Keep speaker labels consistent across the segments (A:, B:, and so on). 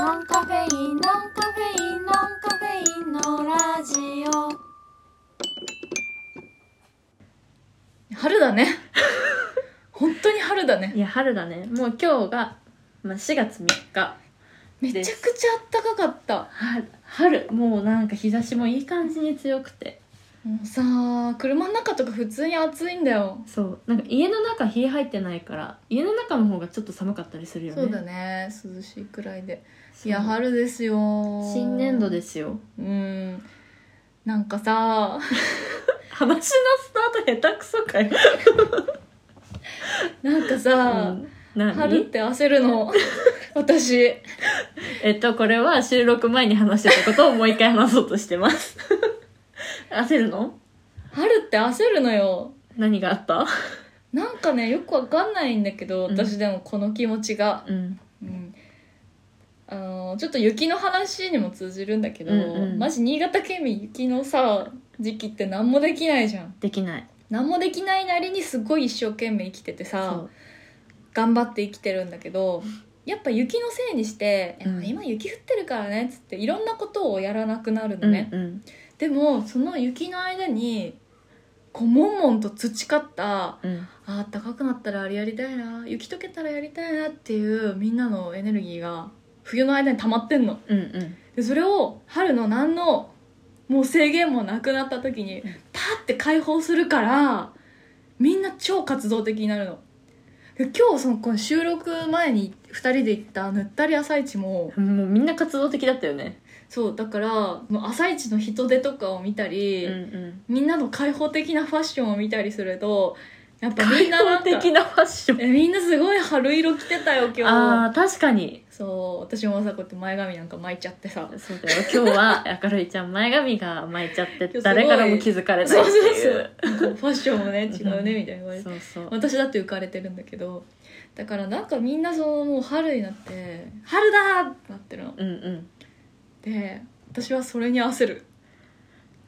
A: ノンカフェインノンカフェインノンカフェインのラジオ
B: 春だね本当に春だね
C: いや春だねもう今日が、まあ、4月3日
B: めちゃくちゃあったかかった
C: 春春もうなんか日差しもいい感じに強くて
B: もうさ車の中とか普通に暑いんだよ
C: そうなんか家の中火入ってないから家の中の方がちょっと寒かったりするよね
B: そうだね涼しいくらいで
C: そう
B: いや春ですよ
C: 新年度ですよ
B: うんなんかさ
C: 話のスタート下手くそかよ、
B: なんかさ、
C: うん何
B: 春って焦るの 私
C: えっとこれは収録前に話してたことをもう一回話そうとしてます 焦るの
B: 春って焦るのよ
C: 何があった
B: なんかねよくわかんないんだけど
C: うん
B: 私でもこの気持ちが、
C: うん
B: うんあのちょっと雪の話にも通じるんだけど、
C: うんうん
B: マジ新潟県民雪のさ時期って何もできないじゃん
C: できない
B: 何もできないなりにすごい一生懸命生きててさ
C: そ
B: 頑張って生きてるんだけどやっぱ雪のせいにして、
C: うん
B: いや今雪降ってるからねっつっていろんなことをやらなくなる
C: う
B: のね、
C: うんうん
B: でもその雪の間にこうもんもんと培った
C: うん
B: あったかくなったらあれやりたいな雪解けたらやりたいなっていうみんなのエネルギーが冬の間に溜まってんの
C: うんうん
B: でそれを春の何のもう制限もなくなった時に
C: うん
B: パッて解放するからみんな超活動的になるので今日そのこの収録前に2人で行ったぬったり朝市も
C: もうみんな活動的だったよね。
B: そうだからもう朝市の人出とかを見たり、
C: ん。
B: みんなの開放的なファッションを見たりするとやっぱみ
C: 開
B: んななん
C: 放
B: か
C: 的なファッショ ン。
B: えみんなすごい春色着てたよ
C: あ
B: 今日
C: あ、確かに。
B: そう私もさこうやって前髪なんか巻いちゃって さ
C: そうだよ。今日は、明るいちゃん前髪が巻いちゃって
B: すご、い
C: 誰からも気づかれないっていう。
B: なんかファッションも ね違うねみたいな言われて
C: そうそう。
B: 私だって浮かれてるんだけどだからなんかみんなそのもう春になって「春だ!」ってなってるの
C: うんうん。
B: で私はそれに焦る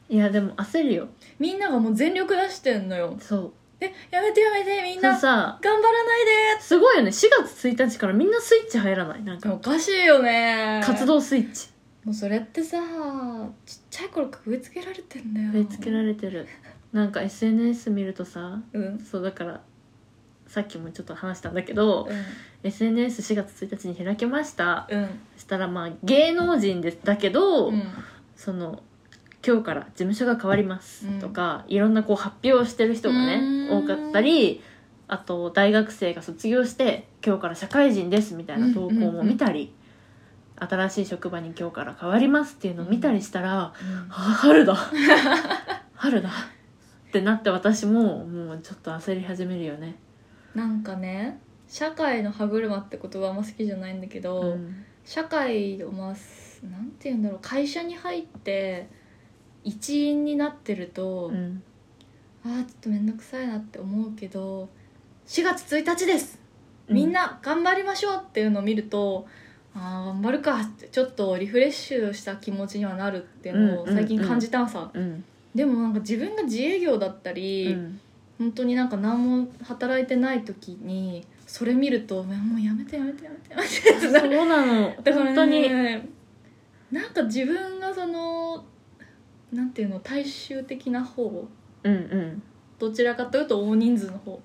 C: いや、でも焦るよ。
B: みんながもう全力出してんのよ
C: そ
B: えやめてやめてみ
C: う。
B: ん
C: そ
B: な
C: う
B: 頑
C: さ、
B: 張らないです
C: ごいよね。4月1日からみんなスイッチ入らない。なん
B: でも
C: か、
B: おかしいよね
C: 活動スイッチ。
B: もうそれってさちっちゃい頃から植え付けられてんだよ
C: 植え付けられてる。なんか SNS 見るとさ、
B: うん、うん、
C: そうだから、さっきもちょっと話したんだけど、SNS4 月1日に開けました。
B: うん
C: そしたらまあ芸能人ですだけど、
B: うん
C: その今日から事務所が変わります
B: うん
C: とか、いろんなこう発表をしてる人が
B: う
C: ね
B: ーん
C: 多かったりあと大学生が卒業して今日から社会人ですみたいな投稿も見たり、新しい職場に今日から変わりますっていうのを見たりしたら、あ 春だ春だってなって私ももうちょっと焦り始めるよね。
B: なんかね社会の歯車って言葉あんま好きじゃないんだけど、
C: うん
B: 社会をまあなんて言うんだろう会社に入って一員になってると、
C: うん
B: ああちょっと面倒くさいなって思うけど4月1日ですみんな頑張りましょうっていうのを見ると、ああ頑張るかってちょっとリフレッシュした気持ちにはなるっていうのを
C: うんうん
B: 最近感じたのさ、
C: うん
B: でもなんか自分が自営業だったり、
C: うん
B: 本当になんか何も働いてない時にそれ見るともうやめてやめてやめてやめてってな
C: そ
B: る
C: うなの
B: だから、
C: 本当に
B: ね、 なんか自分がそのなんていうの大衆的な方
C: うんうん
B: どちらかというと大人数の方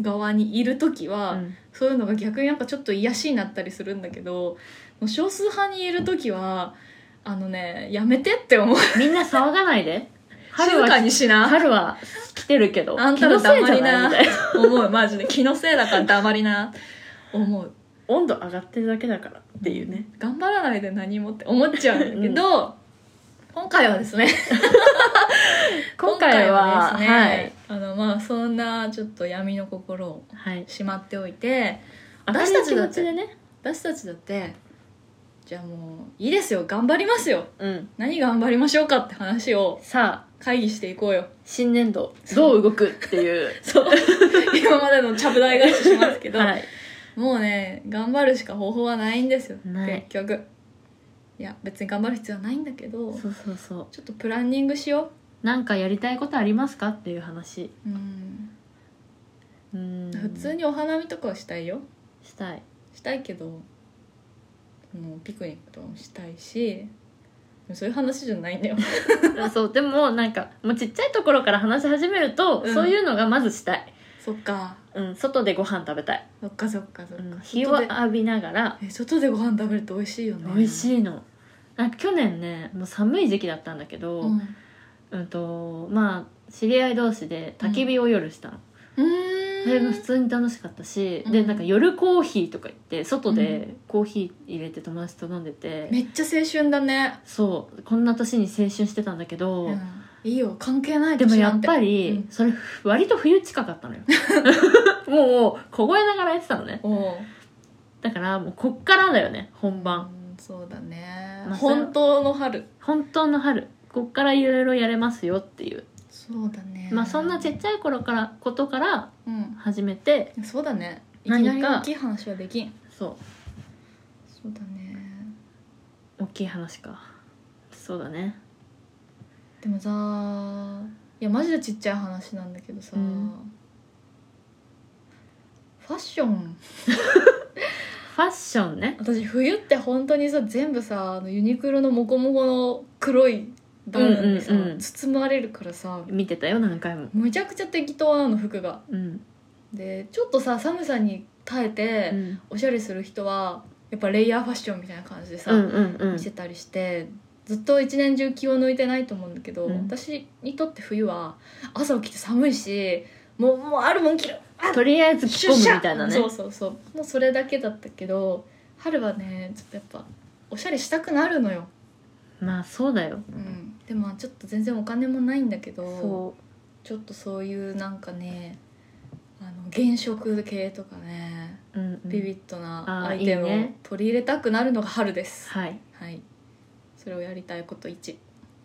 B: 側にいる時は、
C: うん
B: そういうのが逆になんかちょっと癒しになったりするんだけどもう少数派にいる時はあのねやめてって思う
C: みんな騒がないで
B: 静
C: 春は
B: かにしな
C: 春は来てるけど
B: あんたら黙りな
C: 気のせいじゃいみたいな
B: 思うマジで気のせいだから黙りな思う
C: 温度上がってるだけだからっていうね
B: 頑張らないで何もって思っちゃうんだけど、今回はですね
C: 今回は
B: 今回はですね、あのまあそんなちょっと闇の心を
C: はい、はい、
B: しまっておいて私
C: 私
B: た
C: た
B: ち
C: ち
B: だ
C: の
B: っ
C: ち
B: て
C: でね
B: 私たちだってじゃあもういいですよ頑張りますよ
C: うん
B: 何頑張りましょうかって話を
C: さあ
B: 会議していこうよ
C: 新年度どう動くって いう
B: そう今までのちゃぶ台返ししますけど、
C: はい
B: もうね頑張るしか方法はないんですよ
C: ない
B: 結局いや別に頑張る必要はないんだけど
C: そうそうそう
B: ちょっとプランニングしよ
C: なんかやりたいことありますかっていう話
B: ううん
C: うーん
B: 普通にお花見とかはしたいよ
C: したい
B: したいけどのピクニックとかもしたいしそういう話じゃないんだ よ
C: そうでもなんかもうちっちゃいところから話し始めると、
B: うん
C: そういうのがまずしたい、
B: そっか
C: うん、外でご飯食べたい、
B: そっかそっかそっか、
C: うん、日を
B: 外で
C: 浴びながら
B: え外でご飯食べると美味しいよね
C: 美味
B: い、
C: しいのなんか去年ねもう寒い時期だったんだけど、
B: う、
C: うんんとまあ知り合い同士で焚き火を夜したの、
B: うーん
C: それも普通に楽しかったし、
B: うん
C: でなんか夜コーヒーとか行って外でコーヒー入れて友達と飲んでて、
B: めっちゃ青春だね、
C: そうこんな年に青春してたんだけど、
B: うんいいよ関係ない
C: でもやっぱ
B: り
C: り
B: う
C: それ割と冬近かった のよもう凍えながらやってたのね
B: おう
C: だからもうこっからだよね本番
B: うんそうだね、
C: まあ
B: 本当の春
C: 本当の春こっからいろいろやれますよっていう、
B: そうだね
C: まあそんなちっちゃい頃からことから
B: うん
C: 始めて
B: そうだねいきな
C: 何か
B: り大きい話はできん
C: そ
B: そうだね
C: う大きい話かそうだね
B: でもさいやマジでちっちゃい話なんだけどさ、
C: うん
B: ファッション
C: ファッションね
B: 私冬って本当にさ全部さあのユニクロのモコモコの黒いダウンにさ、
C: うんうんうん
B: 包まれるからさ
C: 見てたよ何回も
B: むちゃくちゃ適当なの服が
C: うん、
B: でちょっとさ寒さに耐えて、
C: うん、
B: おしゃれする人はやっぱレイヤーファッションみたいな感じでさ、
C: うんうんうん
B: 見せたりしてずっと一年中気を抜いてないと思うんだけど、
C: うん
B: 私にとって冬は朝起きて寒いしもうもうあるもん着るあ
C: とりあえず着込むみたいなね
B: そうそうそうもうそれだけだったけど春はねちょっとやっぱおしゃれしたくなるのよ、
C: まあそうだよ
B: うん、でもちょっと全然お金もないんだけど
C: そう
B: ちょっとそういうなんかねあの原色系とかね
C: うんうん
B: ビビッドな
C: あー
B: アイテムを
C: いいね
B: 取り入れたくなるのが春です、
C: はい
B: はいそれをやりたいこと1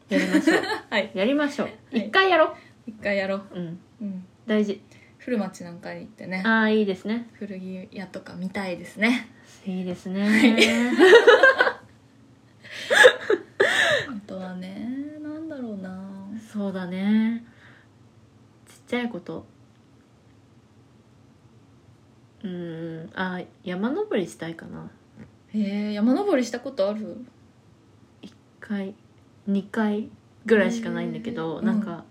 C: やりましょう
B: はい
C: やりましょう
B: い
C: 一回やろ
B: 一回やろう、
C: ううん
B: うん、
C: 大事
B: 古町なんかに行ってね
C: ああいいですね
B: 古着屋とか見たいですね
C: いいですね
B: あとはねなんだろうな
C: そうだねちっちゃいことうーんあー山登りしたいかな
B: へえ山登りしたことある
C: 1回2回ぐらいしかないんだけど、
B: へー
C: なんか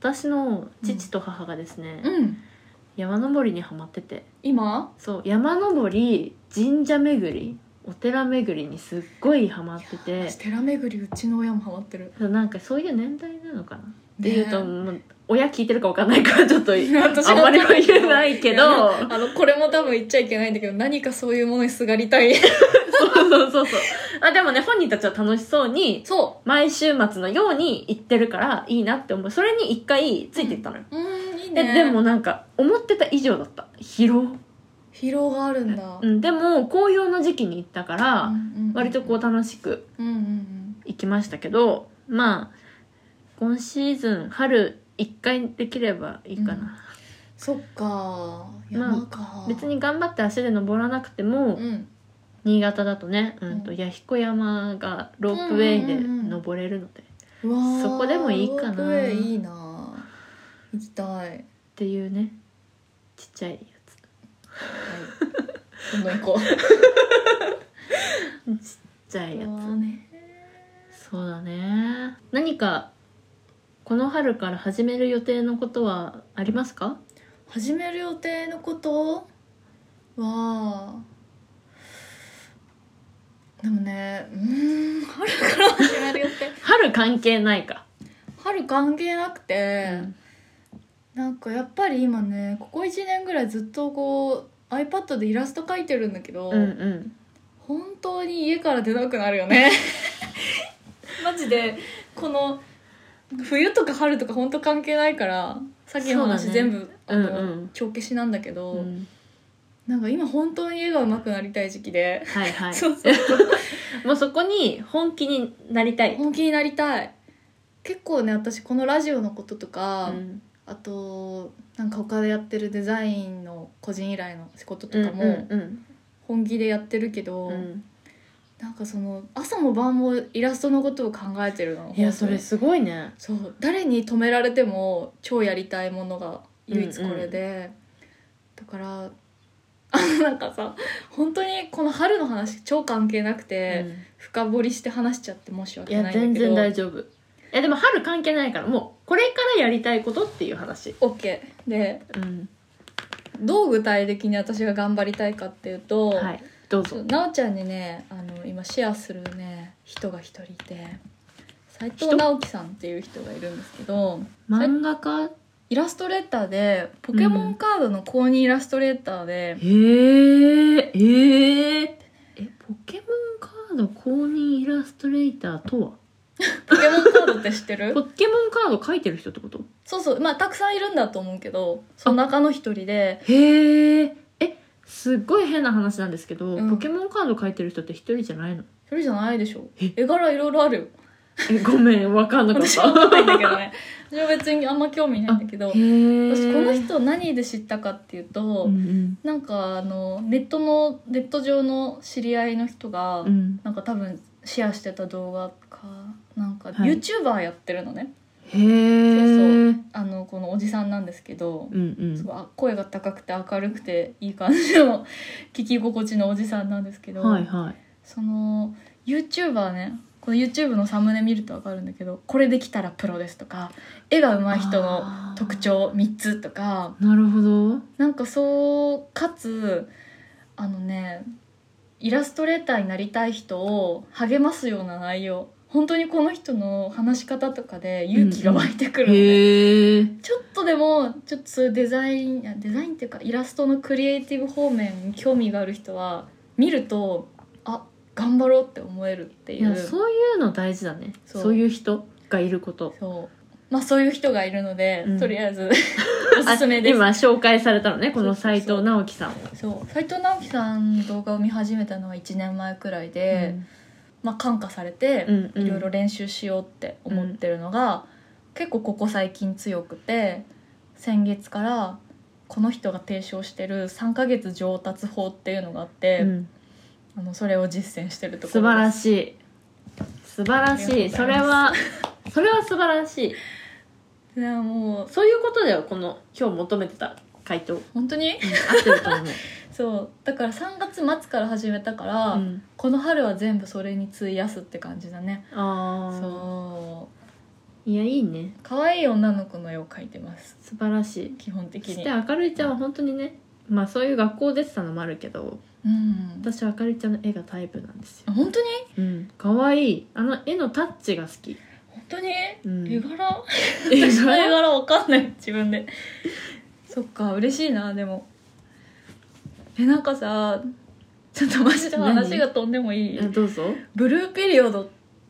C: 私の父と母がですね、
B: うん
C: 山登りにハマってて
B: 今
C: そう山登り神社巡りお寺巡りにすっごいハマってて
B: 私寺巡りうちの親もハマってる
C: そうなんかそういう年代なのかな、って
B: ね
C: いうともう親聞いてるか分かんないからちょっ と
B: 私
C: あんまりは言えないけど
B: やあのこれも多分言っちゃいけないんだけど何かそういうものにすがりたい
C: そうそうそうそうあでもね本人たちは楽しそうに
B: そ
C: 毎週末のように行ってるからいいなって思うそれに一回ついていったのよ、
B: ううんいい
C: で
B: ね
C: でもなんか思ってた以上だった疲労、
B: 疲労があるんだ、
C: うん、でも紅葉の時期に行ったから、
B: うんうんうん
C: 割とこう楽しく
B: うんうんうん
C: 行きましたけどまあ今シーズン春一回できればいいかな、
B: そっか山か、
C: 別に頑張って足で登らなくても、
B: うん
C: 新潟だとね、うんと
B: うん
C: 弥彦山がロープウェイで登れるので、
B: うわー
C: そこでもいいかな
B: ロープウェイいいな行きたい、はい、
C: っていうねちっちゃいやつ
B: どんどん行こう
C: ちっちゃ いや
B: うわーね
C: つそうだね何かこの春から始める予定のことはありますか
B: 始める予定のことはでもねうーん春から始める予定
C: 春関係ないか、
B: 春関係なくて、
C: うん
B: なんかやっぱり今ねここ1年ぐらいずっとこう iPad でイラスト描いてるんだけど、
C: うんうん
B: 本当に家から出なくなるよね マジでこの冬とか春とか本当関係ないからさっきの話
C: そうだ
B: 全
C: ね
B: 部、あの
C: うんうん
B: 帳消しなんだけど、
C: うん
B: なんか今本当に家が上手くなりたい時期で、
C: はいはい
B: そうそうそう
C: もうそこに本気になりたい、
B: 本気になりたい結構ね私このラジオのこととか、
C: うん
B: あとなんか他でやってるデザインの個人依頼の仕事とか
C: うん
B: も
C: うん
B: 本気でやってるけど、
C: うんうん
B: なんかその朝も晩もイラストのことを考えてるの
C: いやそれすごいね
B: そう誰に止められても超やりたいものが唯一これで、だからあなんかさ本当にこの春の話超関係なくて、深掘りして話しちゃって申し
C: い
B: 訳
C: や
B: ないんだ
C: 全
B: けど
C: 然大丈夫いやでも春関係ないからもうこれからやりたいことっていう話
B: OK で
C: うん
B: どう具体的に私が頑張りたいかっていうと、
C: はいどう
B: そ
C: ぞ
B: うなおちゃんにねあの今シェアするね人が一人いて斉藤
C: 人
B: 直樹さんっていう人がいるんですけど
C: 漫画家
B: イラストレーターでポケモンカードの公認イラストレーターで、
C: へえへええポケモンカード公認イラストレーターとは
B: ポケモンカードって知ってる
C: ポケモンカード描いてる人ってこと
B: そうそうまあたくさんいるんだと思うけどその中の一人で
C: へええすっごい変な話なんですけど、
B: うん
C: ポケモンカード描いてる人って一人じゃないの
B: 一人じゃないでしょ
C: え
B: 絵柄いろいろあるよ
C: えごめんわかんなかっ
B: 私
C: た
B: は分かんないんだけどね私は別にあんま興味ないんだけど
C: へえ
B: 私この人何で知ったかっていうと、
C: うん
B: なんかあのネットのネット上の知り合いの人が、
C: うんうん
B: なんか多分シェアしてた動画かなんか
C: はい
B: YouTuber やってるのね、
C: へ
B: そ
C: え
B: うあのこのおじさんなんですけど、
C: うんうん
B: すごいあ声が高くて明るくていい感じの聞き心地のおじさんなんですけど、
C: はいはい
B: その YouTuber ねこの YouTube のサムネ見ると分かるんだけどこれできたらプロですとか絵が上手い人の
C: あー
B: 特徴3つとか
C: なるほど
B: なんかそうかつあのねイラストレーターになりたい人を励ますような内容本当にこの人の話し方とかで勇気が湧いてくるのね、
C: へえ
B: ちょっとでもちょっとそういうデザインあデザインっていうかイラストのクリエイティブ方面に興味がある人は見るとあ頑張ろうって思えるって
C: い
B: いう
C: やそういうの大事だね
B: そ
C: そうういう人がいること
B: そうまあそういう人がいるので、
C: うん
B: とりあえ ずおすすめです
C: 今紹介されたのねこの
B: そうそうそう
C: 斎藤直樹さん
B: そう斉藤直樹さんの動画を見始めたのは1年前くらいで、まあ、感化されて、
C: うんうん
B: いろいろ練習しようって思ってるのが、結構ここ最近強くて先月からこの人が提唱してる3ヶ月上達法っていうのがあって、
C: うん
B: あのそれを実践してるとこ
C: 素
B: ろ
C: 晴ら
B: い
C: しい素晴らしい
B: ありがと
C: そう
B: ござい
C: れ
B: ま
C: はそれは素晴らしい
B: いやもう
C: そういうことだよこの今日求めてた回答合
B: 本当に
C: ってる と思う、
B: そうだから3月末から始めたから、
C: うん、
B: この春は全部それに費やすって感じだね
C: ああ
B: そう
C: いやいいね
B: 可愛い女の子の絵を描いてます
C: 素晴らしい
B: 基本的
C: そし
B: に
C: てあかるいちゃんは本当にねまあそういう学校出てたのもあるけど
B: うん
C: 私はあかるいちゃんの絵がタイプなんですよ、
B: 本当に
C: うん、かわいいあの絵のタッチが好き、
B: 本当に
C: うん、
B: 絵柄
C: 絵
B: 私の絵
C: 柄
B: 柄わかんない自分でそっか嬉しいなでもえなんかさちょっとマジで話
C: 何
B: が飛んでもいい
C: あどうぞ
B: ブルーピリオドっ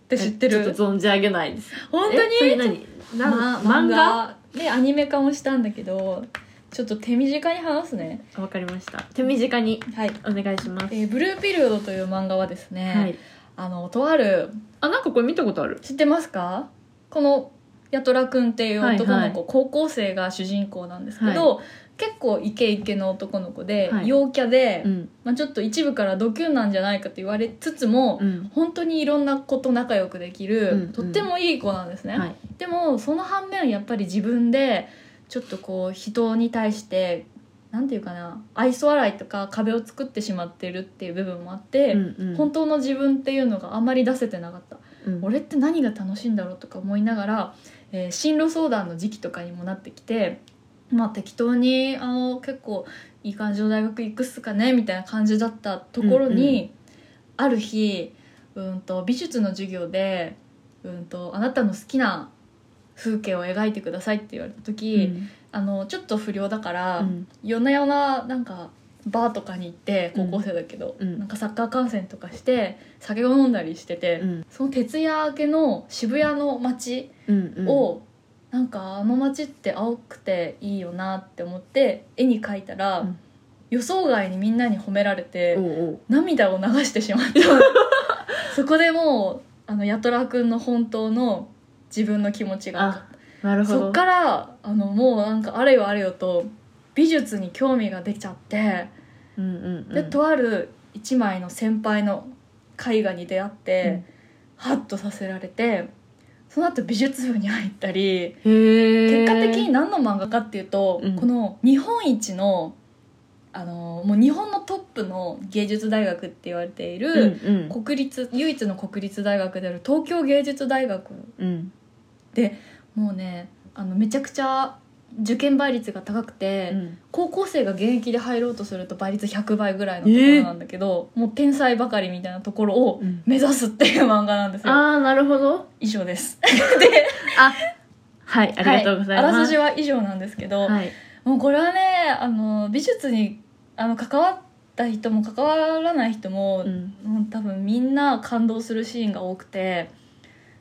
B: て知って
C: えちょっ
B: る
C: と存じ上げないです
B: 本当
C: えそれ
B: に
C: 何な
B: ま
C: 漫
B: 漫
C: 画
B: 画でアニメ化もしたんだけどちょっと手短に話すね
C: わかりました手短に
B: はい、
C: お願いします、
B: えーブルーピリオドという漫画はですね、
C: はい
B: あのとある
C: あなんかこれ見たことある
B: 知ってますかこの八虎くんっていう男の子、
C: はいはい
B: 高校生が主人公なんですけど、結構イケイケの男の子で、
C: はい
B: 陽キャで、
C: うん
B: まあ、ちょっと一部からドキュンなんじゃないかと言われつつも、
C: うん
B: 本当にいろんな子と仲良くできる、
C: うんうん
B: とってもいい子なんですね、
C: はい
B: でもその反面やっぱり自分でちょっとこう人に対してなんていうかな愛想笑いとか壁を作ってしまってるっていう部分もあって、
C: うんうん
B: 本当の自分っていうのがあんまり出せてなかった
C: うん
B: 俺って何が楽しいんだろうとか思いながら、えー進路相談の時期とかにもなってきて、まあ、適当にあの結構いい感じの大学行くっすかねみたいな感じだったところに、ある日うんと美術の授業でうんと「あなたの好きな風景を描いてください」って言われた時、
C: うん
B: あのちょっと不良だから、
C: うん
B: 夜な夜ななんかバーとかに行って高校生だけど、
C: うんうん
B: なんかサッカー観戦とかして酒を飲んだりしてて。
C: うん
B: その徹夜明けの渋谷の街
C: うんうん
B: を、なんかあの街って青くていいよなって思って絵に描いたら、
C: うん
B: 予想外にみんなに褒められて、
C: おうおう
B: 涙を流してしまった そこでもうあの八虎君の本当の自分の気持ちが
C: あなるほど
B: そっからあのもうなんかあれよあれよと美術に興味が出ちゃって、
C: うんうんうん
B: でとある一枚の先輩の絵画に出会って。ハッとさせられてその後美術部に入ったり
C: うんへえ
B: 結果的に何の漫画かっていうと、
C: うん
B: この日本一のあのもう日本のトップの芸術大学って言われてい
C: うん
B: る、
C: うん
B: 国立唯一の国立大学である東京芸術大学
C: うん
B: でもうねあのめちゃくちゃ受験倍率が高くて、
C: うん
B: 高校生が現役で入ろうとすると倍率100倍ぐらいのところなんだけど、もう天才ばかりみたいなところを
C: うん
B: 目指すっていう漫画なんですよ
C: ああなるほど
B: 以上です
C: あ はいありがとうございます、
B: はあらすじは以上なんですけど、
C: はい、
B: もうこれはねあの美術にあの関わった人も関わらない人も、
C: うん
B: もう多分みんな感動するシーンが多くて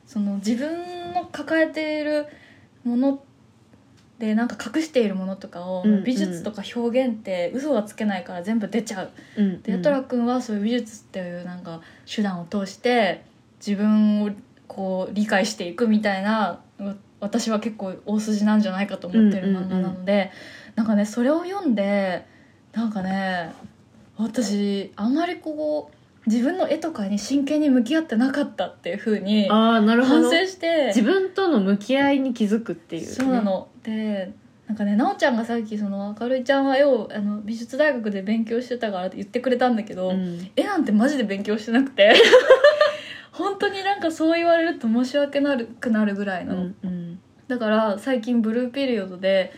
B: その自分の抱えているものでなんか隠しているものとかを、
C: うんうん
B: 美術とか表現って嘘がつけないから全部出ちゃう
C: うん、
B: で八虎君はそういう美術っていうなんか手段を通して自分をこう理解していくみたいなう私は結構大筋なんじゃないかと思ってる漫画なので、なんかねそれを読んでなんかね私あんまりこう自分の絵とかに真剣に向き合ってなかったっていうふうに
C: ああなるほ
B: 反省
C: ど
B: して
C: 自分との向き合いに気づくっていうね、
B: そうなのでなんかね奈緒ちゃんがさっきその明るいちゃんは絵をあの美術大学で勉強してたからって言ってくれたんだけど、
C: うん
B: 絵なんてマジで勉強してなくて 本当になんかそう言われると申し訳なくなるぐらいうの、
C: んうん
B: だから最近ブルーピリオドで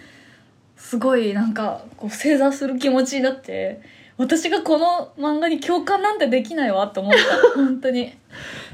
B: すごいなんかこう正座する気持ちになって私がこの漫画に共感なんてできないわと思った 本当に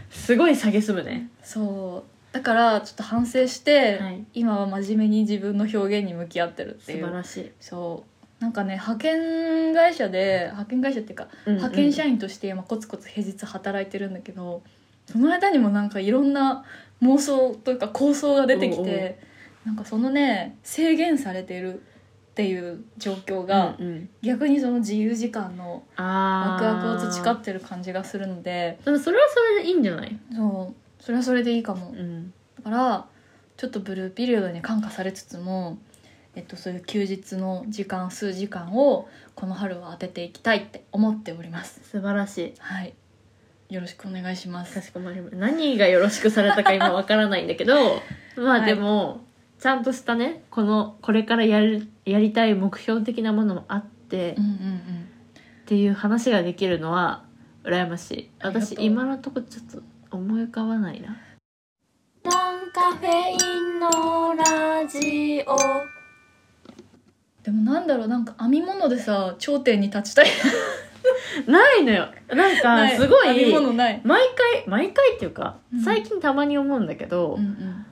C: すごい下げすむね
B: そうだからちょっと反省して、
C: はい
B: 今は真面目に自分の表現に向き合ってるって
C: 素
B: い
C: 晴
B: う
C: らしい、
B: そうなんかね派遣会社で派遣会社っていうか派遣社員として今コツコツ平日働いてるんだけどその間にもなんかいろんな妄想というか構想が出てき
C: おうおう
B: てなんかそのね制限されてるっていう状況が
C: が、うんうん、
B: 逆にその自由時間のワ
C: あ
B: ク
C: あ
B: ワクを培ってる感じがするので
C: でもそれはそれでいいんじゃない、
B: そうそれはそれでいいかも
C: うん、
B: だからちょっとブルーピリオドに感化されつつも、えっと、そういう休日の時間数時間をこの春は当てていきたいって思っております。
C: 素晴らしい
B: はい。よろしくお願いします
C: か。しこまりました何がよろしくされたか今わからないんだ けどまあでも、ちゃんとしたねこのこれからやるやりたい目標的なものもあって、
B: う
C: っ
B: んうんうん。
C: ていう話ができるのは羨ましい
B: ありがとう
C: 私今のとこちょっと思い浮かばないな
A: ノンカフェインのラジオ
B: でもなんだろうなんか編み物でさ頂点に立ちたい。
C: ないのよなん
B: な
C: かすご
B: 編み
C: い
B: 物ない。
C: 毎回毎回っていうか、
B: うん
C: 最近たまに思うんだけど、
B: ん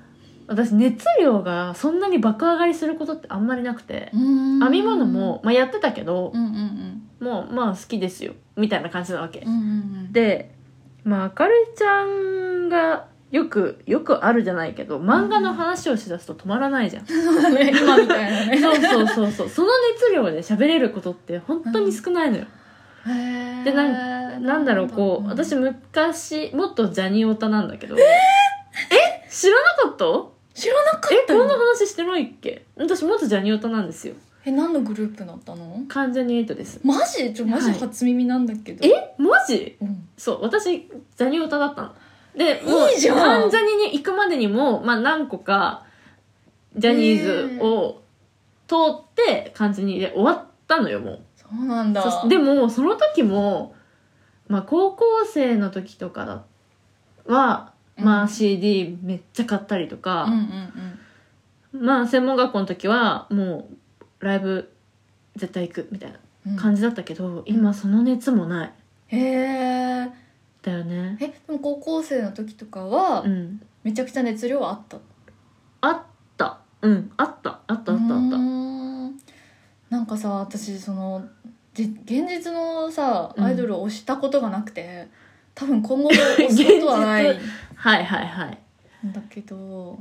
C: 私熱量がそんなに爆上がりすることってあんまりなくて、
B: うん
C: 編み物。も、まあ、やってたけど
B: う、んうんうん
C: もうまあ好きですよみたいな感じなわけ、
B: うんうん。
C: でまあ明るいちゃんがよくよくあるじゃないけど漫画の話をしだすと止まらないじゃん、
B: そうだ ね今みたいなね。
C: そうそうそう そうその熱量で喋れることって本当に少ないのよ、
B: へー
C: でななんだろうこう私昔もっとジャニオタなんだけどえ知らなかった
B: 知らなかっ
C: え
B: た
C: こんな
B: よ。
C: 話してないっけ私もっとジャニオタなんですよ
B: え何のグループだったの？
C: 完全にエイトです
B: マジちょマジ
C: はい
B: 初耳なんだけど。
C: えマジ
B: うん
C: そう私ジャニオタだったので
B: いいじゃん
C: もう関ジャニに行くまでにも、まあ、何個かジャニーズを通って関ジャニで終わったのよもう
B: そうなんだ。
C: そしでもその時も、まあ、高校生の時とかだは、ま
B: う
C: あ、
B: ん
C: CD めっちゃ買ったりとか
B: うんう、んうん。
C: まあ専門学校の時はもうライブ絶対行くみたいな
B: うん
C: 感じだったけど、今その熱もない
B: へえ。
C: だよね
B: えでも高校生の時とかは
C: うん
B: めちゃくちゃ熱量はあった
C: あった。うん、あった、あった、あった、あっ
B: うー
C: た。
B: んなんかさ私そのじ現実のさ
C: うん
B: アイドルを推したことがなくて、多分今後 も推すことはない
C: 現はい、はい、はい。
B: んだけど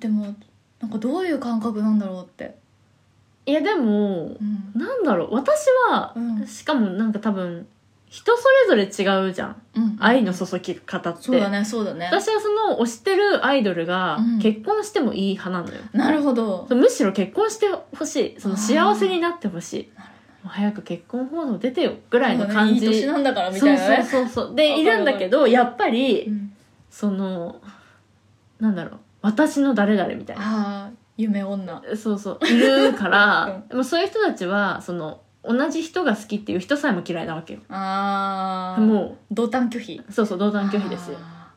B: でもなんかどういう感覚なんだろうって、
C: いや、でも
B: う、ん、
C: なんだろう、私は、
B: うん
C: しかも、なんか、多分。人それぞれ違うじゃん。
B: うん
C: 愛の注ぎ方って。
B: そうだねそうだね
C: 私はその推してるアイドルが
B: うん
C: 結婚してもいい派なのよ、
B: なるほど
C: むしろ結婚してほしいその幸せになってほしい
B: あーなる
C: もう早く結婚報道出てよぐらいの感じ、
B: そうだねいい年なんだからみた
C: そ
B: いうなね
C: そうそうそう
B: わか
C: でい
B: るわか
C: る
B: る
C: んだけどやっぱり、
B: うん
C: そのなんだろう私の誰々みたいな
B: ああ夢女
C: そうそういるから、まあそういう人たちはその同じ人が好きっていう人さえも嫌いなわけよ
B: ああ
C: も
B: う同担拒否
C: うそうそう同担拒否ですよ
B: あ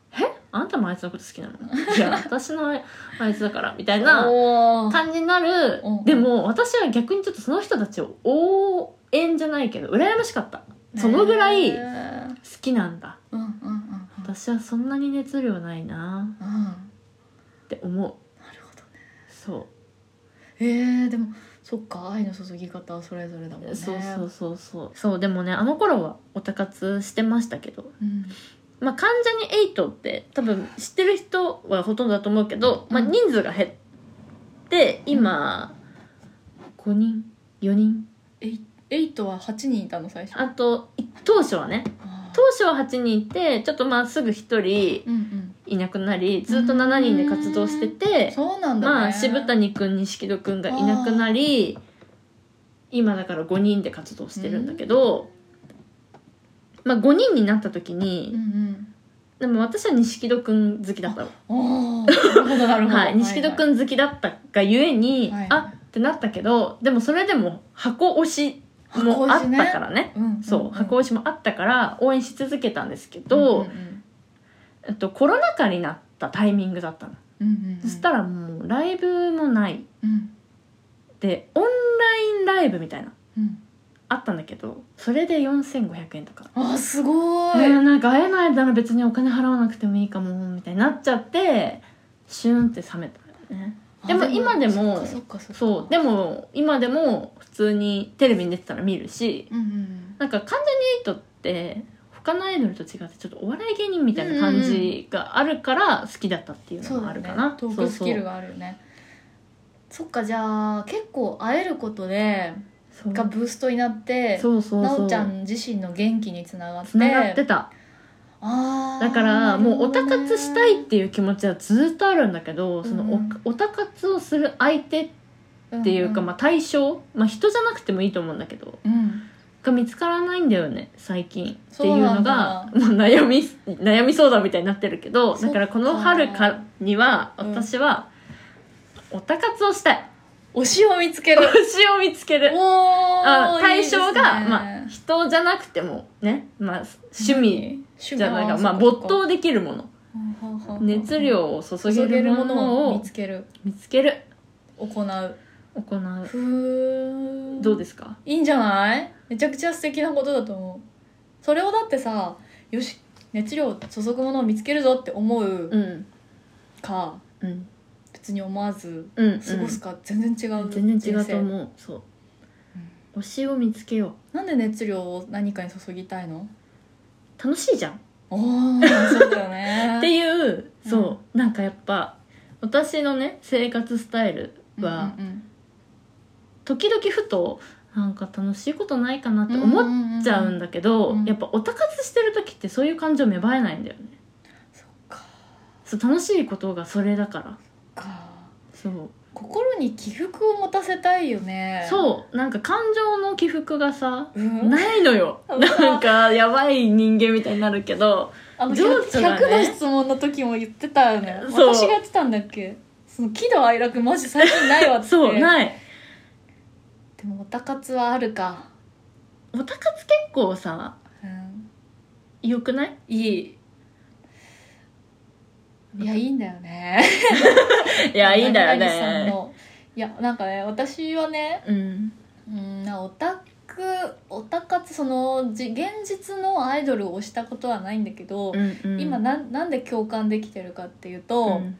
C: あんたもあいつのこと好きな のいや私のあいつだからみたい
B: ー
C: な
B: おー
C: 感じになる
B: うん
C: でも私は逆にちょっとその人たちを応援じゃないけど羨ましかったそのぐらい
B: へ
C: 好
B: ー
C: きなんだ
B: うんうんうんうん
C: 私はそんなに熱量ないな
B: うんな
C: って思う
B: るほどね
C: そ
B: えー、でもそっか愛の注ぎ方はそれぞれだもん
C: う、
B: ね
C: そうそうそうそうそうでもねあの頃はオタ活してましたけど
B: うん、
C: まあ、関ジャニ8って多分知ってる人はほとんどだと思うけど、まあ、
B: うん
C: 人数が減って今5人4人
B: えエイトは8人いたの最初
C: あとい当初はね
B: あー
C: 当初は8人いてちょっとまあすぐ1人
B: うん
C: いなくなりずっと7人で活動して
B: うん
C: て、
B: そうなんだね
C: まあ、渋谷くん錦戸くんがいなくなり今だから5人で活動してるんだけど、まあ、5人になった時
B: う
C: に、
B: ん
C: でも私は錦戸くん好きだったの。
B: うんおーなるほどなるほど
C: はい、錦戸くん好きだったがゆえに、
B: はい
C: あってなったけどでもそれでも箱推しもあったからね
B: うんうんん
C: そう、箱推しもあったから応援し続けたんですけ
B: うん
C: ど、
B: うん
C: えっと、コロナ禍になったタイミングだったの、
B: うんうんうん
C: そしたらもうライブもない
B: うん
C: でオンラインライブみたいな
B: うん
C: あったんだけどそれで4500円とか。
B: あーすご
C: え
B: い、
C: ーなんか会えないなら別にお金払わなくてもいいかもみたいになっちゃってシュンって冷めたよね
B: あ
C: でも今でも
B: そっかそっかっか
C: そうでも今でも普通にテレビに出てたら見るし
B: うんうん
C: なんか関ジャニ∞って他のアイドルと違ってちょっとお笑い芸人みたいな感じがあるから好きだったっていう
B: そ
C: の
B: う
C: もあ
B: だ
C: る
B: ね
C: かな、
B: トー
C: そう
B: クスキルがあるよねそっかじゃあ結構会えることで
C: そう
B: がブーストになって
C: そうそう
B: な
C: そ
B: お
C: う
B: ちゃん自身の元気につながって
C: つながってた
B: あー
C: だからもうオタ活したいっ
B: な
C: ていう気持ちはずっとあるんだけどその
B: うん
C: おオタ活をする相手っていうか、まあ、対象、まあ、人じゃなくてもいいと思うんだけど
B: あ、うん
C: が見つからないんだよね最近って
B: そう
C: いう
B: な
C: の
B: ん
C: が
B: だ
C: もう悩み悩み相談みたいになってるけど
B: そっか
C: だからこの春かには
B: うん
C: 私はおたかつをしたい
B: 推しを見つける
C: 推しを見つける
B: お
C: あ
B: ー
C: 対象が
B: いいですね
C: まあ、人じゃなくてもね、まあ、趣味
B: 趣味
C: じゃないかまあ
B: そっ
C: 没頭できるもの
B: ほうほうほうほう
C: 熱量を注
B: 注
C: げ
B: げ
C: る
B: る
C: も
B: も
C: の
B: のを見
C: を
B: つける
C: 見つける
B: 行う
C: 行う
B: ふー
C: どうですか
B: いいんじゃないめちゃくちゃ素敵なことだと思うそれをだってさよし熱量を注ぐものを見つけるぞって思う
C: うん
B: か、
C: うん
B: 別に思わず
C: うんうん
B: 過ごすか全然違う、
C: 全然違うと思うそう
B: う
C: 推しを見つけよう
B: なんで熱量を何かに注ぎたいの
C: 楽しいじゃん
B: おおそうだよね
C: っていう
B: うん
C: そうなんかやっぱ私のね生活スタイルは
B: うんうん
C: 時々ふとなんか楽しいことないかなって
B: うん
C: 思っちゃうん
B: だ
C: だけど
B: うん
C: やっぱオタ活してる時ってそういう感情芽生えないんだよね
B: そっか
C: そう楽しいことがそれだから
B: か
C: そう
B: 心に起伏を持たせたいよねう
C: そうなんか感情の起伏がさ
B: うん、
C: ないのよ
B: うん
C: なんかやばい人間みたいになるけど
B: あの
C: 情緒
B: 100,
C: がね
B: 100の質問の時も言ってたよね
C: そう
B: 私がやってたんだっけその喜怒哀楽マジ最近ないわって
C: そうない
B: でもオタ活はあるか、
C: オタ活結構さ
B: うん、
C: 良くない
B: いいいやいいんだよね
C: いやいいんだよ
B: 何々さん
C: ね
B: のいやなんかね私はね
C: うん
B: うんなオタクオタ活そのじ現実のアイドルを推したことはないんだけど、
C: うんうん
B: 今なんなんで共感できてるかっていうと、
C: うん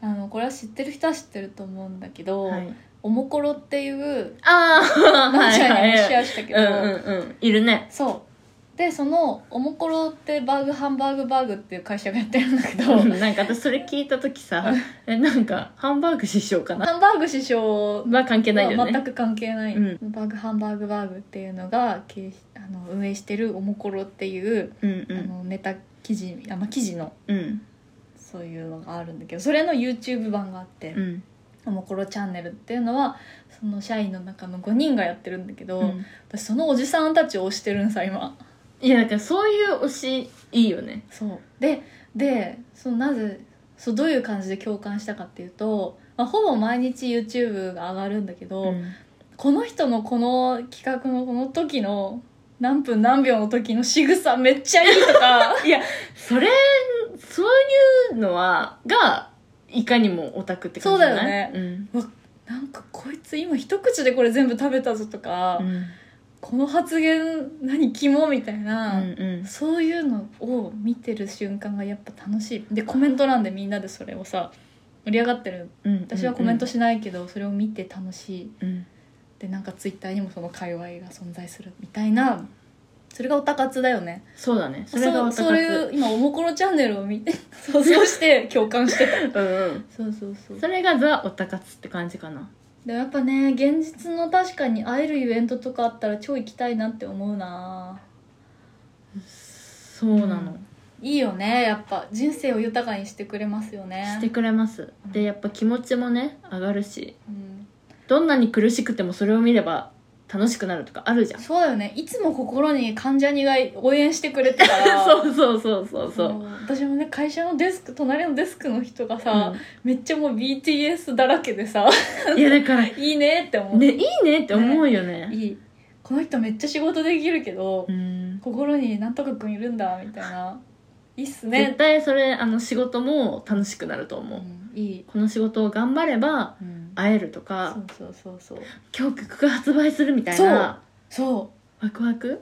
B: あのこれは知ってる人は知ってると思うんだけど、
C: はい
B: おもころっていう
C: ああ、
B: なおちゃんにも
C: はい
B: シ
C: はい
B: ェアしたけ
C: う
B: ど、
C: んうんうん。いるね。
B: そうでそのおもころってバーグハンバーグバーグっていう会社がやってるんだけど、
C: なんか私それ聞いた時さ、え、なんか、ハンバーグ師匠かな
B: ハンバーグ師匠
C: まあ関係ないよ
B: 全
C: ね。
B: く関係ない、
C: う
B: バーグハンバーグバーグっていうのが経営しあの運営してるおもころっていう、
C: うんう
B: あ
C: ん。
B: のネタ記事あ、まあ、記事の
C: うん。
B: そういうのがあるんだけどそれの YouTube 版があって
C: う、ん。
B: おもころチャンネルっていうのはその社員の中の5人がやってるんだけど、
C: うん
B: 私そのおじさんたちを推してるんさ今
C: いや、だからそういう推し、いいよね。
B: そうででそのなぜそうどういう感じで共感したかっていうと、まあ、ほぼ毎日 YouTube が上がるんだけど、
C: うん
B: この人のこの企画のこの時の何分何秒の時の仕草めっちゃいいとか
C: それそういうのはがいかにもオタクって感じじゃない
B: そうだよね
C: うん
B: なんかこいつ今一口でこれ全部食べたぞとか、
C: うん
B: この発言何肝みたいな、
C: うんうん
B: そういうのを見てる瞬間がやっぱ楽しいでコメント欄でみんなでそれをさ盛り上がってる
C: うん
B: 私はコメントしないけど、それを見て楽しい
C: うん
B: でなんかツイッターにもその界隈が存在するみたいなそれがオタ活だよね
C: そうだねそ
B: そ
C: れが
B: うそういう今おもころチャンネルを 見て想像して共感してた
C: うん
B: そうそうそ
C: うんそれがザオタ活って感じかな
B: でもやっぱね現実の確かに会えるイベントとかあったら超行きたいなって思うな
C: そうなの、
B: いいよねやっぱ人生を豊かにしてくれますよね
C: してくれますでやっぱ気持ちもね上がるし
B: うん、
C: どんなに苦しくてもそれを見れば楽しくなるとかあるじゃん
B: そうだよねいつも心に患者にが応援してくれてから
C: そうそうそうそうそう、
B: も私もね会社のデスク隣のデスクの人がさ、
C: う
B: めっちゃもう BTS だらけでさ
C: んいやだから
B: いいねって思う、
C: ねいいねって思うよね
B: いいこの人めっちゃ仕事できるけど、
C: うん
B: 心になんとかくんいるんだみたいないいっす
C: 絶
B: ね、
C: 対それあの仕事も楽しくなると
B: う
C: 思う、
B: ん、いい、
C: この仕事を頑張れば
B: うん、
C: 会えると
B: そ
C: か
B: うそうそうそう
C: 今日曲が発売するみたいな
B: そう
C: ワクワク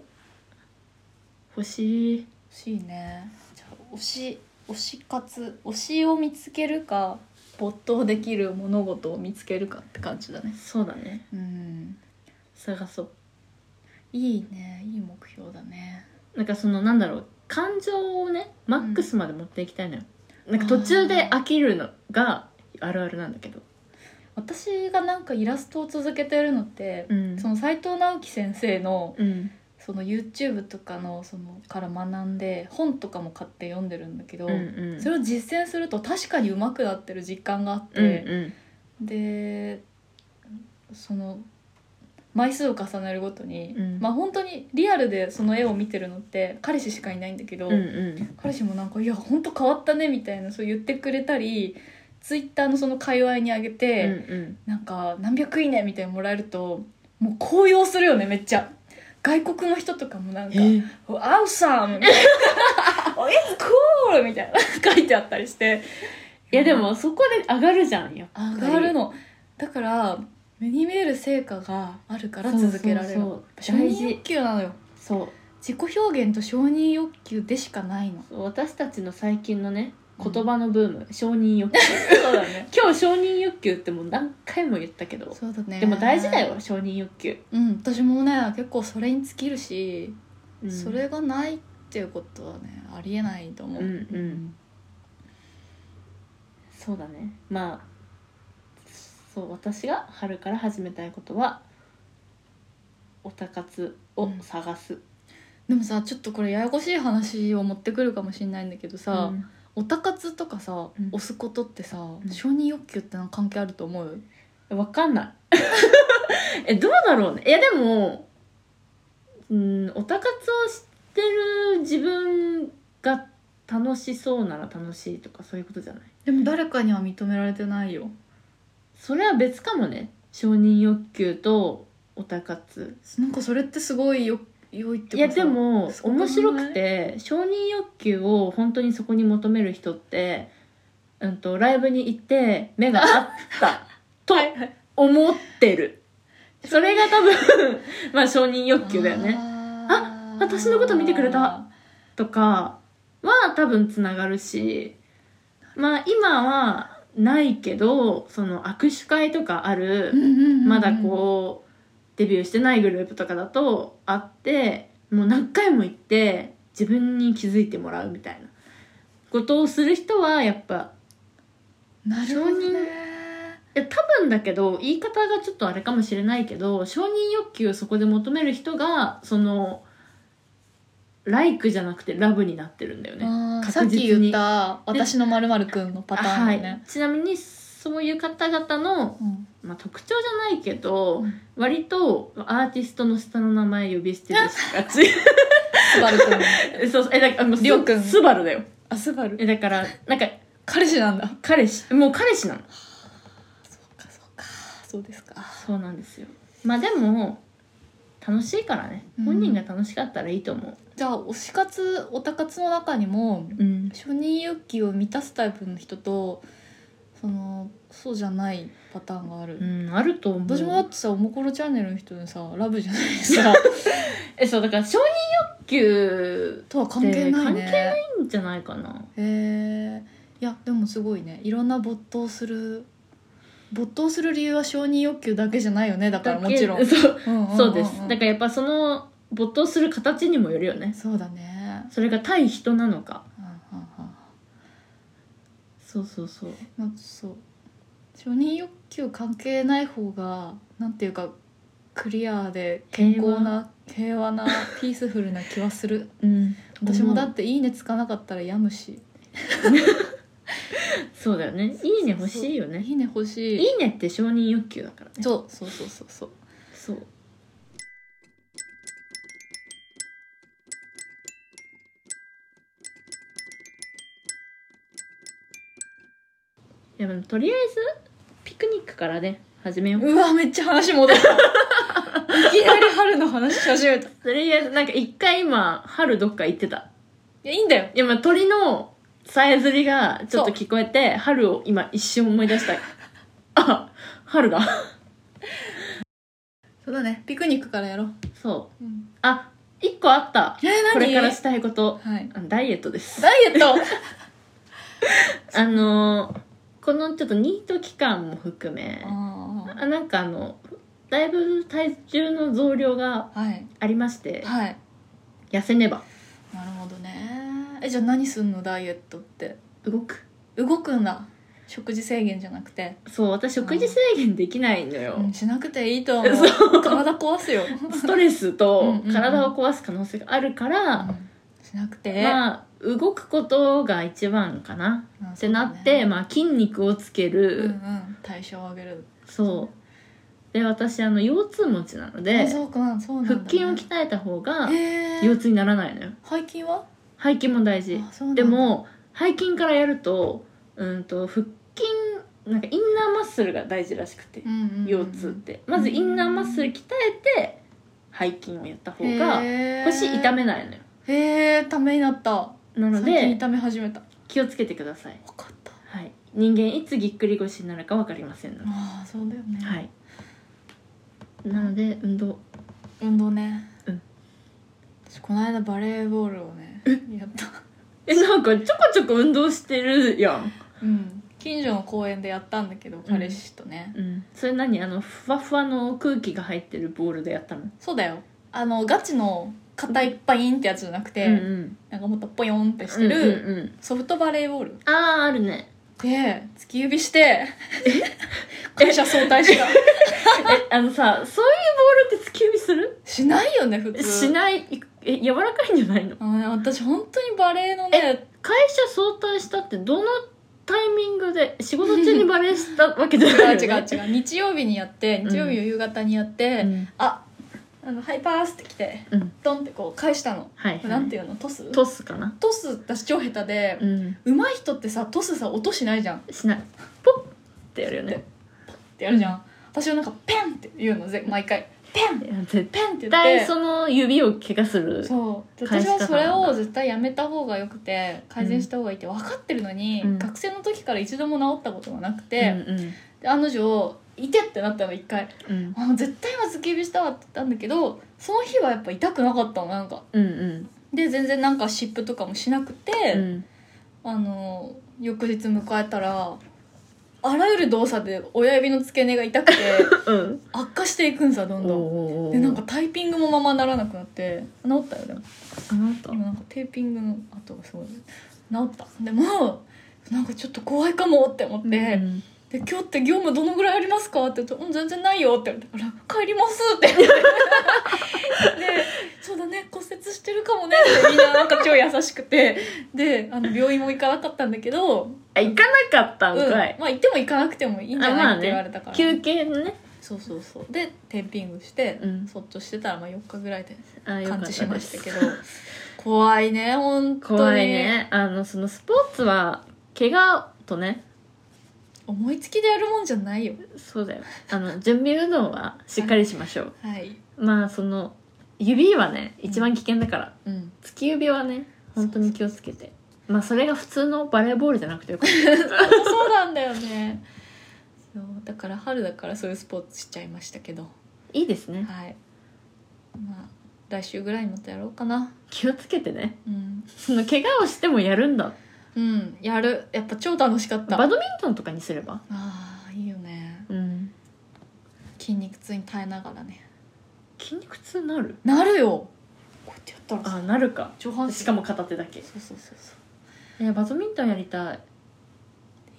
C: 欲しい
B: 欲しいねじゃあ推し推し活推しを見つけるか没頭できる物事を見つけるかって感じだね
C: そうだね
B: うん
C: 探そう
B: いいねいい目標だね
C: なんかそのなんだろう感情をねマックスまで持っていきたいのよ、なんか途中で飽きるのがあるあるなんだけど、
B: 私がなんかイラストを続けてるのって、
C: うん
B: その斎藤直樹先生の
C: うん
B: その YouTube とかのそのから学んで本とかも買って読んでるんだけど、
C: うんうん、
B: それを実践すると確かに上手くなってる実感があっ
C: うん
B: て、でその枚数を重ねるごとに、
C: うん
B: まあ本当にリアルでその絵を見てるのって彼氏しかいないんだけど、
C: うんうんうん
B: 彼氏もなんか「いや本当変わったね」みたいなそう言ってくれたりツイッターのその界隈にあげて。
C: うん
B: なんか何百いいねみたいなのもらえるともう高揚するよねめっちゃ外国の人とかもなんか
C: え
B: 「アウサム」みたいな「おいつコール」みたいな書いてあったりして
C: いやでもそこで上がるじゃんやっぱ
B: 上
C: り
B: がるのだから目に見える成果があるから続けられる
C: そう
B: 承
C: そうそう大
B: 認
C: 事
B: 欲求なのよ
C: そう
B: 自己表現と承認欲求でしかないの
C: そう私たちの最近のね言葉のブーム、承認 欲求
B: そうだね
C: 今日承認欲求ってもう何回も言ったけど
B: そうだね
C: でも大事だよ承認欲求、
B: うん私もね結構それに尽きるし
C: うん
B: それがないっていうことはねありえないと思う、
C: うんうんそうだねまあそう私が春から始めたいことはおたかつを探す
B: でもさちょっとこれややこしい話を持ってくるかもしれないんだけどさ、
C: うん
B: オタ活とかさ、
C: うん
B: 押すことってさ、
C: ん
B: 承認欲求ってなんか関係あると思う
C: わかんない えどうだろうねいやでもうんおたかつをしてる自分が楽しそうなら楽しいとかそういうことじゃない
B: でも誰かには認められてないよ
C: それは別かもね承認欲求とおたかつ
B: なんかそれってすごいよ良いって
C: い
B: こと
C: やでも
B: そこが
C: 面白くて承認欲求を本当にそこに求める人って、うん、とライブに行って目が合った と思ってるそれが多分 まあ承認欲求だよね
B: あー
C: 私のこと見てくれたとかは多分つながるしまあ今はないけどその握手会とかある、
B: うんうんうんうん
C: まだこうデビューしてないグループとかだとあってもう何回も行って自分に気づいてもらうみたいなことをする人はやっぱ
B: なるほどね
C: 承認いや多分だけど言い方がちょっとあれかもしれないけど承認欲求をそこで求める人がそのライクじゃなくてラブになってるんだよね。
B: あーさっ
C: 確実
B: き
C: に
B: 言った私のまるまるくんのパターンだよね、
C: はい、ちなみにそういう方々の、
B: うん
C: まあ、特徴じゃないけど、
B: うん
C: 割とアーティストの下の名前呼び捨てでしがち
B: スバルくん
C: えそうそうえだからあの
B: りょうくん
C: ススバルだよ
B: あスバル
C: えだからなんか
B: 彼氏なんだ
C: 彼氏もう彼氏なの
B: そうかそうかそうですか
C: そうなんですよまあでも楽しいからね
B: うん
C: 本人が楽しかったらいいと思う
B: じゃあ推し活オタ活の中にも
C: うん、
B: 承認欲求を満たすタイプの人とそのそうじゃないパターンがある、
C: うん、あると思う
B: 私もだってさおもころチャンネルの人にさラブじゃない さ
C: えそうだから承認欲求
B: とは関係ないね
C: 関係ないんじゃないかな
B: へえいやでもすごいねいろんな没頭する没頭する理由は承認欲求だけじゃないよねだからもちろん
C: だけそう
B: うんんんん
C: そうですだからやっぱその没頭する形にもよるよね
B: そうだね
C: それが対人なのか
B: うんうんうん
C: そうそうそう
B: なんかそう承認欲求関係ない方がなんていうかクリアで健康な平和なピースフルな気はす る
C: うん
B: 私もだって「いいね」つかなかったらやむし
C: そうだよねいいね欲しい
B: 「
C: よ
B: い
C: ね
B: いね」欲しい
C: いいねって承認欲求だからね
B: そうそうそうそうそう
C: そういやでもとりあえずピクニックからね始めよう
B: うわめっちゃ話戻ったいきなり春の話し始めたい
C: とりあえずなんか一回今春どっか行ってた
B: やいいんだよ
C: いやまあ鳥のさえずりがちょっと聞こえて春を今一瞬思い出した あ春だ
B: そうだねピクニックからやろう、
C: そう
B: うん、
C: あ一個あった
B: えー、何
C: これからしたいこと
B: はい
C: あダイエットです
B: ダイエッ ト
C: あのーこのちょっとニート期間も含め
B: あ
C: あなんかあのだいぶ体重の増量が
B: あはい
C: ありまして
B: はい
C: 痩せねば
B: なるほどねえじゃあ何すんのダイエットって
C: 動く
B: 動くんだ食事制限じゃなくて、
C: そう私食事制限できないのよ、
B: うん、しなくていいと思う体壊すよ、
C: ストレス
B: うん
C: と
B: うんうん
C: 体を壊す可能性が あるから、
B: うんしなくて、
C: まあ動くことが一番かな
B: うん
C: ってなって、
B: そうだね
C: まあ、筋肉をつけ
B: うん
C: る、
B: うん代謝を上げる
C: そうで私あの腰痛持ちなので
B: あそうかそうなんだ、
C: 腹
B: ね、
C: 筋を鍛えた方が
B: え
C: 腰痛にならないのよ
B: 背筋は
C: 背筋も大事
B: あそうなんだ
C: でも背筋からやるとうんと腹筋なんかインナーマッスルが大事らしくて、
B: うんうんうん
C: 腰痛ってまずインナーマッスル鍛えて背筋をやった方が
B: へー
C: 腰痛めないのよ
B: へえためになった
C: なの
B: 最近
C: で
B: 痛め始めた
C: 気をつけてください
B: 分かった
C: はい、人間いつぎっくり腰になるか分かりませんので、
B: ああそうだよね、
C: はい、なので運動
B: 運動ね
C: うん
B: 私この間バレーボールをねやった
C: えなんかちょこちょこ運動してるやん、
B: うん近所の公園でやったんだけど彼氏とね、
C: うん、それ何あのふわふわの空気が入ってるボールでやったの
B: そうだよあのガチの硬いパインってやつじゃなくて、
C: うんうん、
B: なんかもっとポヨンってしてる、
C: うんうんうん、
B: ソフトバレーボール
C: あああるね
B: で突き指して 会社早退した
C: えあのさそういうボールって突き指する
B: しないよね普通
C: しないいえ柔らかいんじゃないの
B: あのね私本当にバレーのね
C: 会社早退したってどのタイミングで仕事中にバレーしたわけじゃ
B: 違
C: な
B: う
C: いよ、ね、
B: 違う違う日曜日にやって
C: ん
B: 日曜日の夕方にやって、
C: うん
B: ああのハイパースって来て
C: うん
B: ドンってこう返したの、
C: はい、はい、
B: なんていうのトス
C: トスかな
B: トス私超下手で、
C: うん
B: 上手い人ってさトスさ音しないじゃんっ
C: しないポッってやるよね
B: てやるじゃん、私はなんかペンって言うのぜ毎回ペン
C: いや絶
B: ペンって言って
C: 対その指を怪我する
B: そうで
C: 返
B: 私
C: し
B: は
C: 方
B: それを絶対やめた方がよくて改善した方がいいって分かってるのに、
C: うん
B: 学生の時から一度も治ったことがなく
C: う
B: て、
C: んうん
B: で案の定「いて!」ってなったの一回
C: うん
B: あもう絶対今突き指したわって言ったんだけどその日はやっぱ痛くなかったのなんか
C: うんうん
B: で全然なんか湿布とかもしなくて、
C: うん
B: あの翌日迎えたらあらゆる動作で親指の付け根が痛くて
C: うん
B: 悪化していくんさどんどん
C: お
B: でなんかタイピングもままならなくなって治ったよでも
C: あなた
B: 今なんかテーピングの跡がすごい治ったでもなんかちょっと怖いかもって思って、
C: うん
B: で今日って業務どのぐらいありますか?」って言うと「うん全然ないよ」って言われたから「帰ります」って言ってで「そうだね骨折してるかもね」ってみんななんか超優しくてであの病院も行かなかったんだけど、
C: あ行かなかった
B: うんん
C: か
B: ま
C: い、
B: あ、行っても行かなくてもいいんじゃ
C: あま
B: な
C: あ
B: い
C: ね
B: って言われたから、
C: 休憩ね
B: そうそうそうでテーピングして、
C: うん
B: そっとしてたらまあ4日ぐらいで
C: あよかっ
B: 完治
C: たで
B: し
C: す
B: ましたけど怖いね本当に
C: 怖いねあのそのスポーツは怪我とね
B: 思いつきでやるもんじゃないよ
C: そうだよあの準備運動はしっかりしましょう
B: はい
C: まあその指はね一番危険だから、
B: うん
C: 突き指はね本当に気をつけてまあそれが普通のバレーボールじゃなくてよ かっ
B: そうなんだよねそうだから春だからそういうスポーツしちゃいましたけど
C: たいいですね
B: はいまあ来週ぐらいまたやろうかな
C: 気をつけてね
B: うん、
C: その怪我をしてもやるんだ
B: うん、やるやっぱ超楽しかった
C: バ
B: あ
C: ドミントンとかにすれば
B: あーいいよね
C: うん
B: 筋肉痛に耐えながらね
C: 筋肉痛なる
B: なるよこうやってやったら
C: あ
B: さ
C: なるか
B: 上半身
C: しかも片手だけ
B: そうそうそうそう
C: えバドミントンやりたい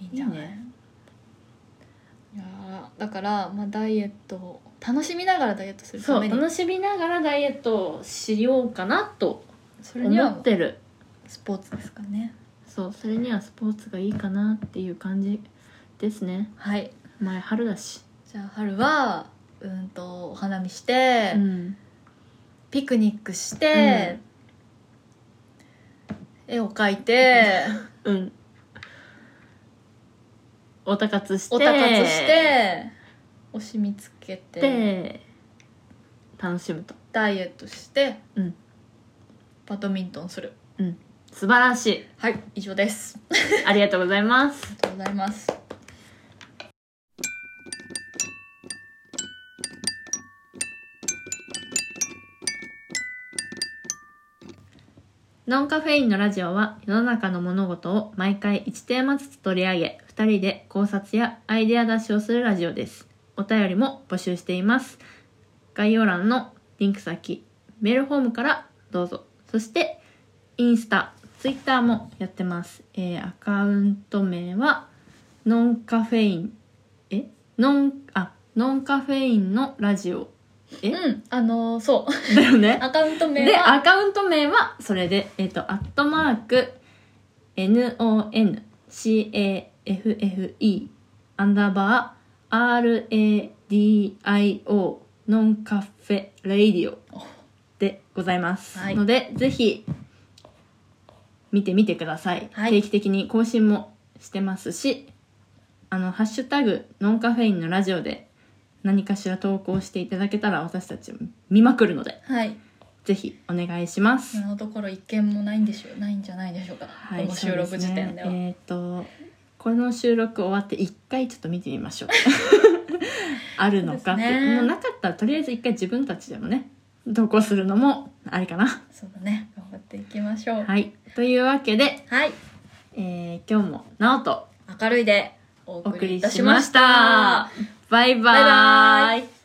B: いいんじゃない
C: いいね
B: いやーだから、まあ、ダイエットを楽しみながらダイエットするた
C: そ
B: め
C: う
B: に
C: 楽しみながらダイエットをしようかなと
B: それに
C: 思
B: は
C: ってる
B: スポーツですかね
C: そうそれにはスポーツがいいかなっていう感じですね
B: はい
C: 前春だし、
B: じゃあ春はうんとお花見して、
C: ん、
B: ピクニックして、絵を描いて
C: うんおたかつして
B: おたかつしておしみつけて
C: で楽しむと
B: ダイエットして、
C: うん
B: バドミントンする
C: 素晴らしい
B: はい以上ですあ
C: ありがとうございます
B: りがとうございます
C: ノンカフェインのラジオは世の中の物事を毎回1テーマずつ取り上げ2人で考察やアイデア出しをするラジオですお便りも募集しています概要欄のリンク先メールフォームからどうぞそしてインスタツイッターもやってます、えーアカウント名はノンカフェインえノンあノンカフェインのラジオえ
B: うんあのーそう
C: だよね
B: アカウント名
C: で、
B: は
C: アカウント名はそれで、えっ、と、アットマーク、noncafe、アンダーバー、radio、ノンカフェ、レイディオでございます。
B: はい
C: ので、ぜひ、見てみてください,、
B: はい
C: 定期的に更新もしてますし、あの、ハッシュタグ、ノンカフェインのラジオで、何かしら投稿していただけたら私たち見まくるので
B: はい
C: ぜひお願いします。
B: 今のところ一件もないんでしょうないんじゃないでしょうか、この収録時点では
C: そうすねえっ、とこの収録終わって一回ちょっと見てみ ましょう。あるのかって、
B: そうですね
C: もうなかったらとりあえず一回自分たちでもね投稿するのもありかな。
B: そうだね頑張っていきましょう
C: はいというわけで、
B: はい、
C: えー今日もなおと
B: 明るいでお
C: お
B: 送
C: 送
B: り
C: り
B: いた
C: し
B: しま
C: まし
B: した
C: た。バイバ
B: バイバ
C: イ
B: イ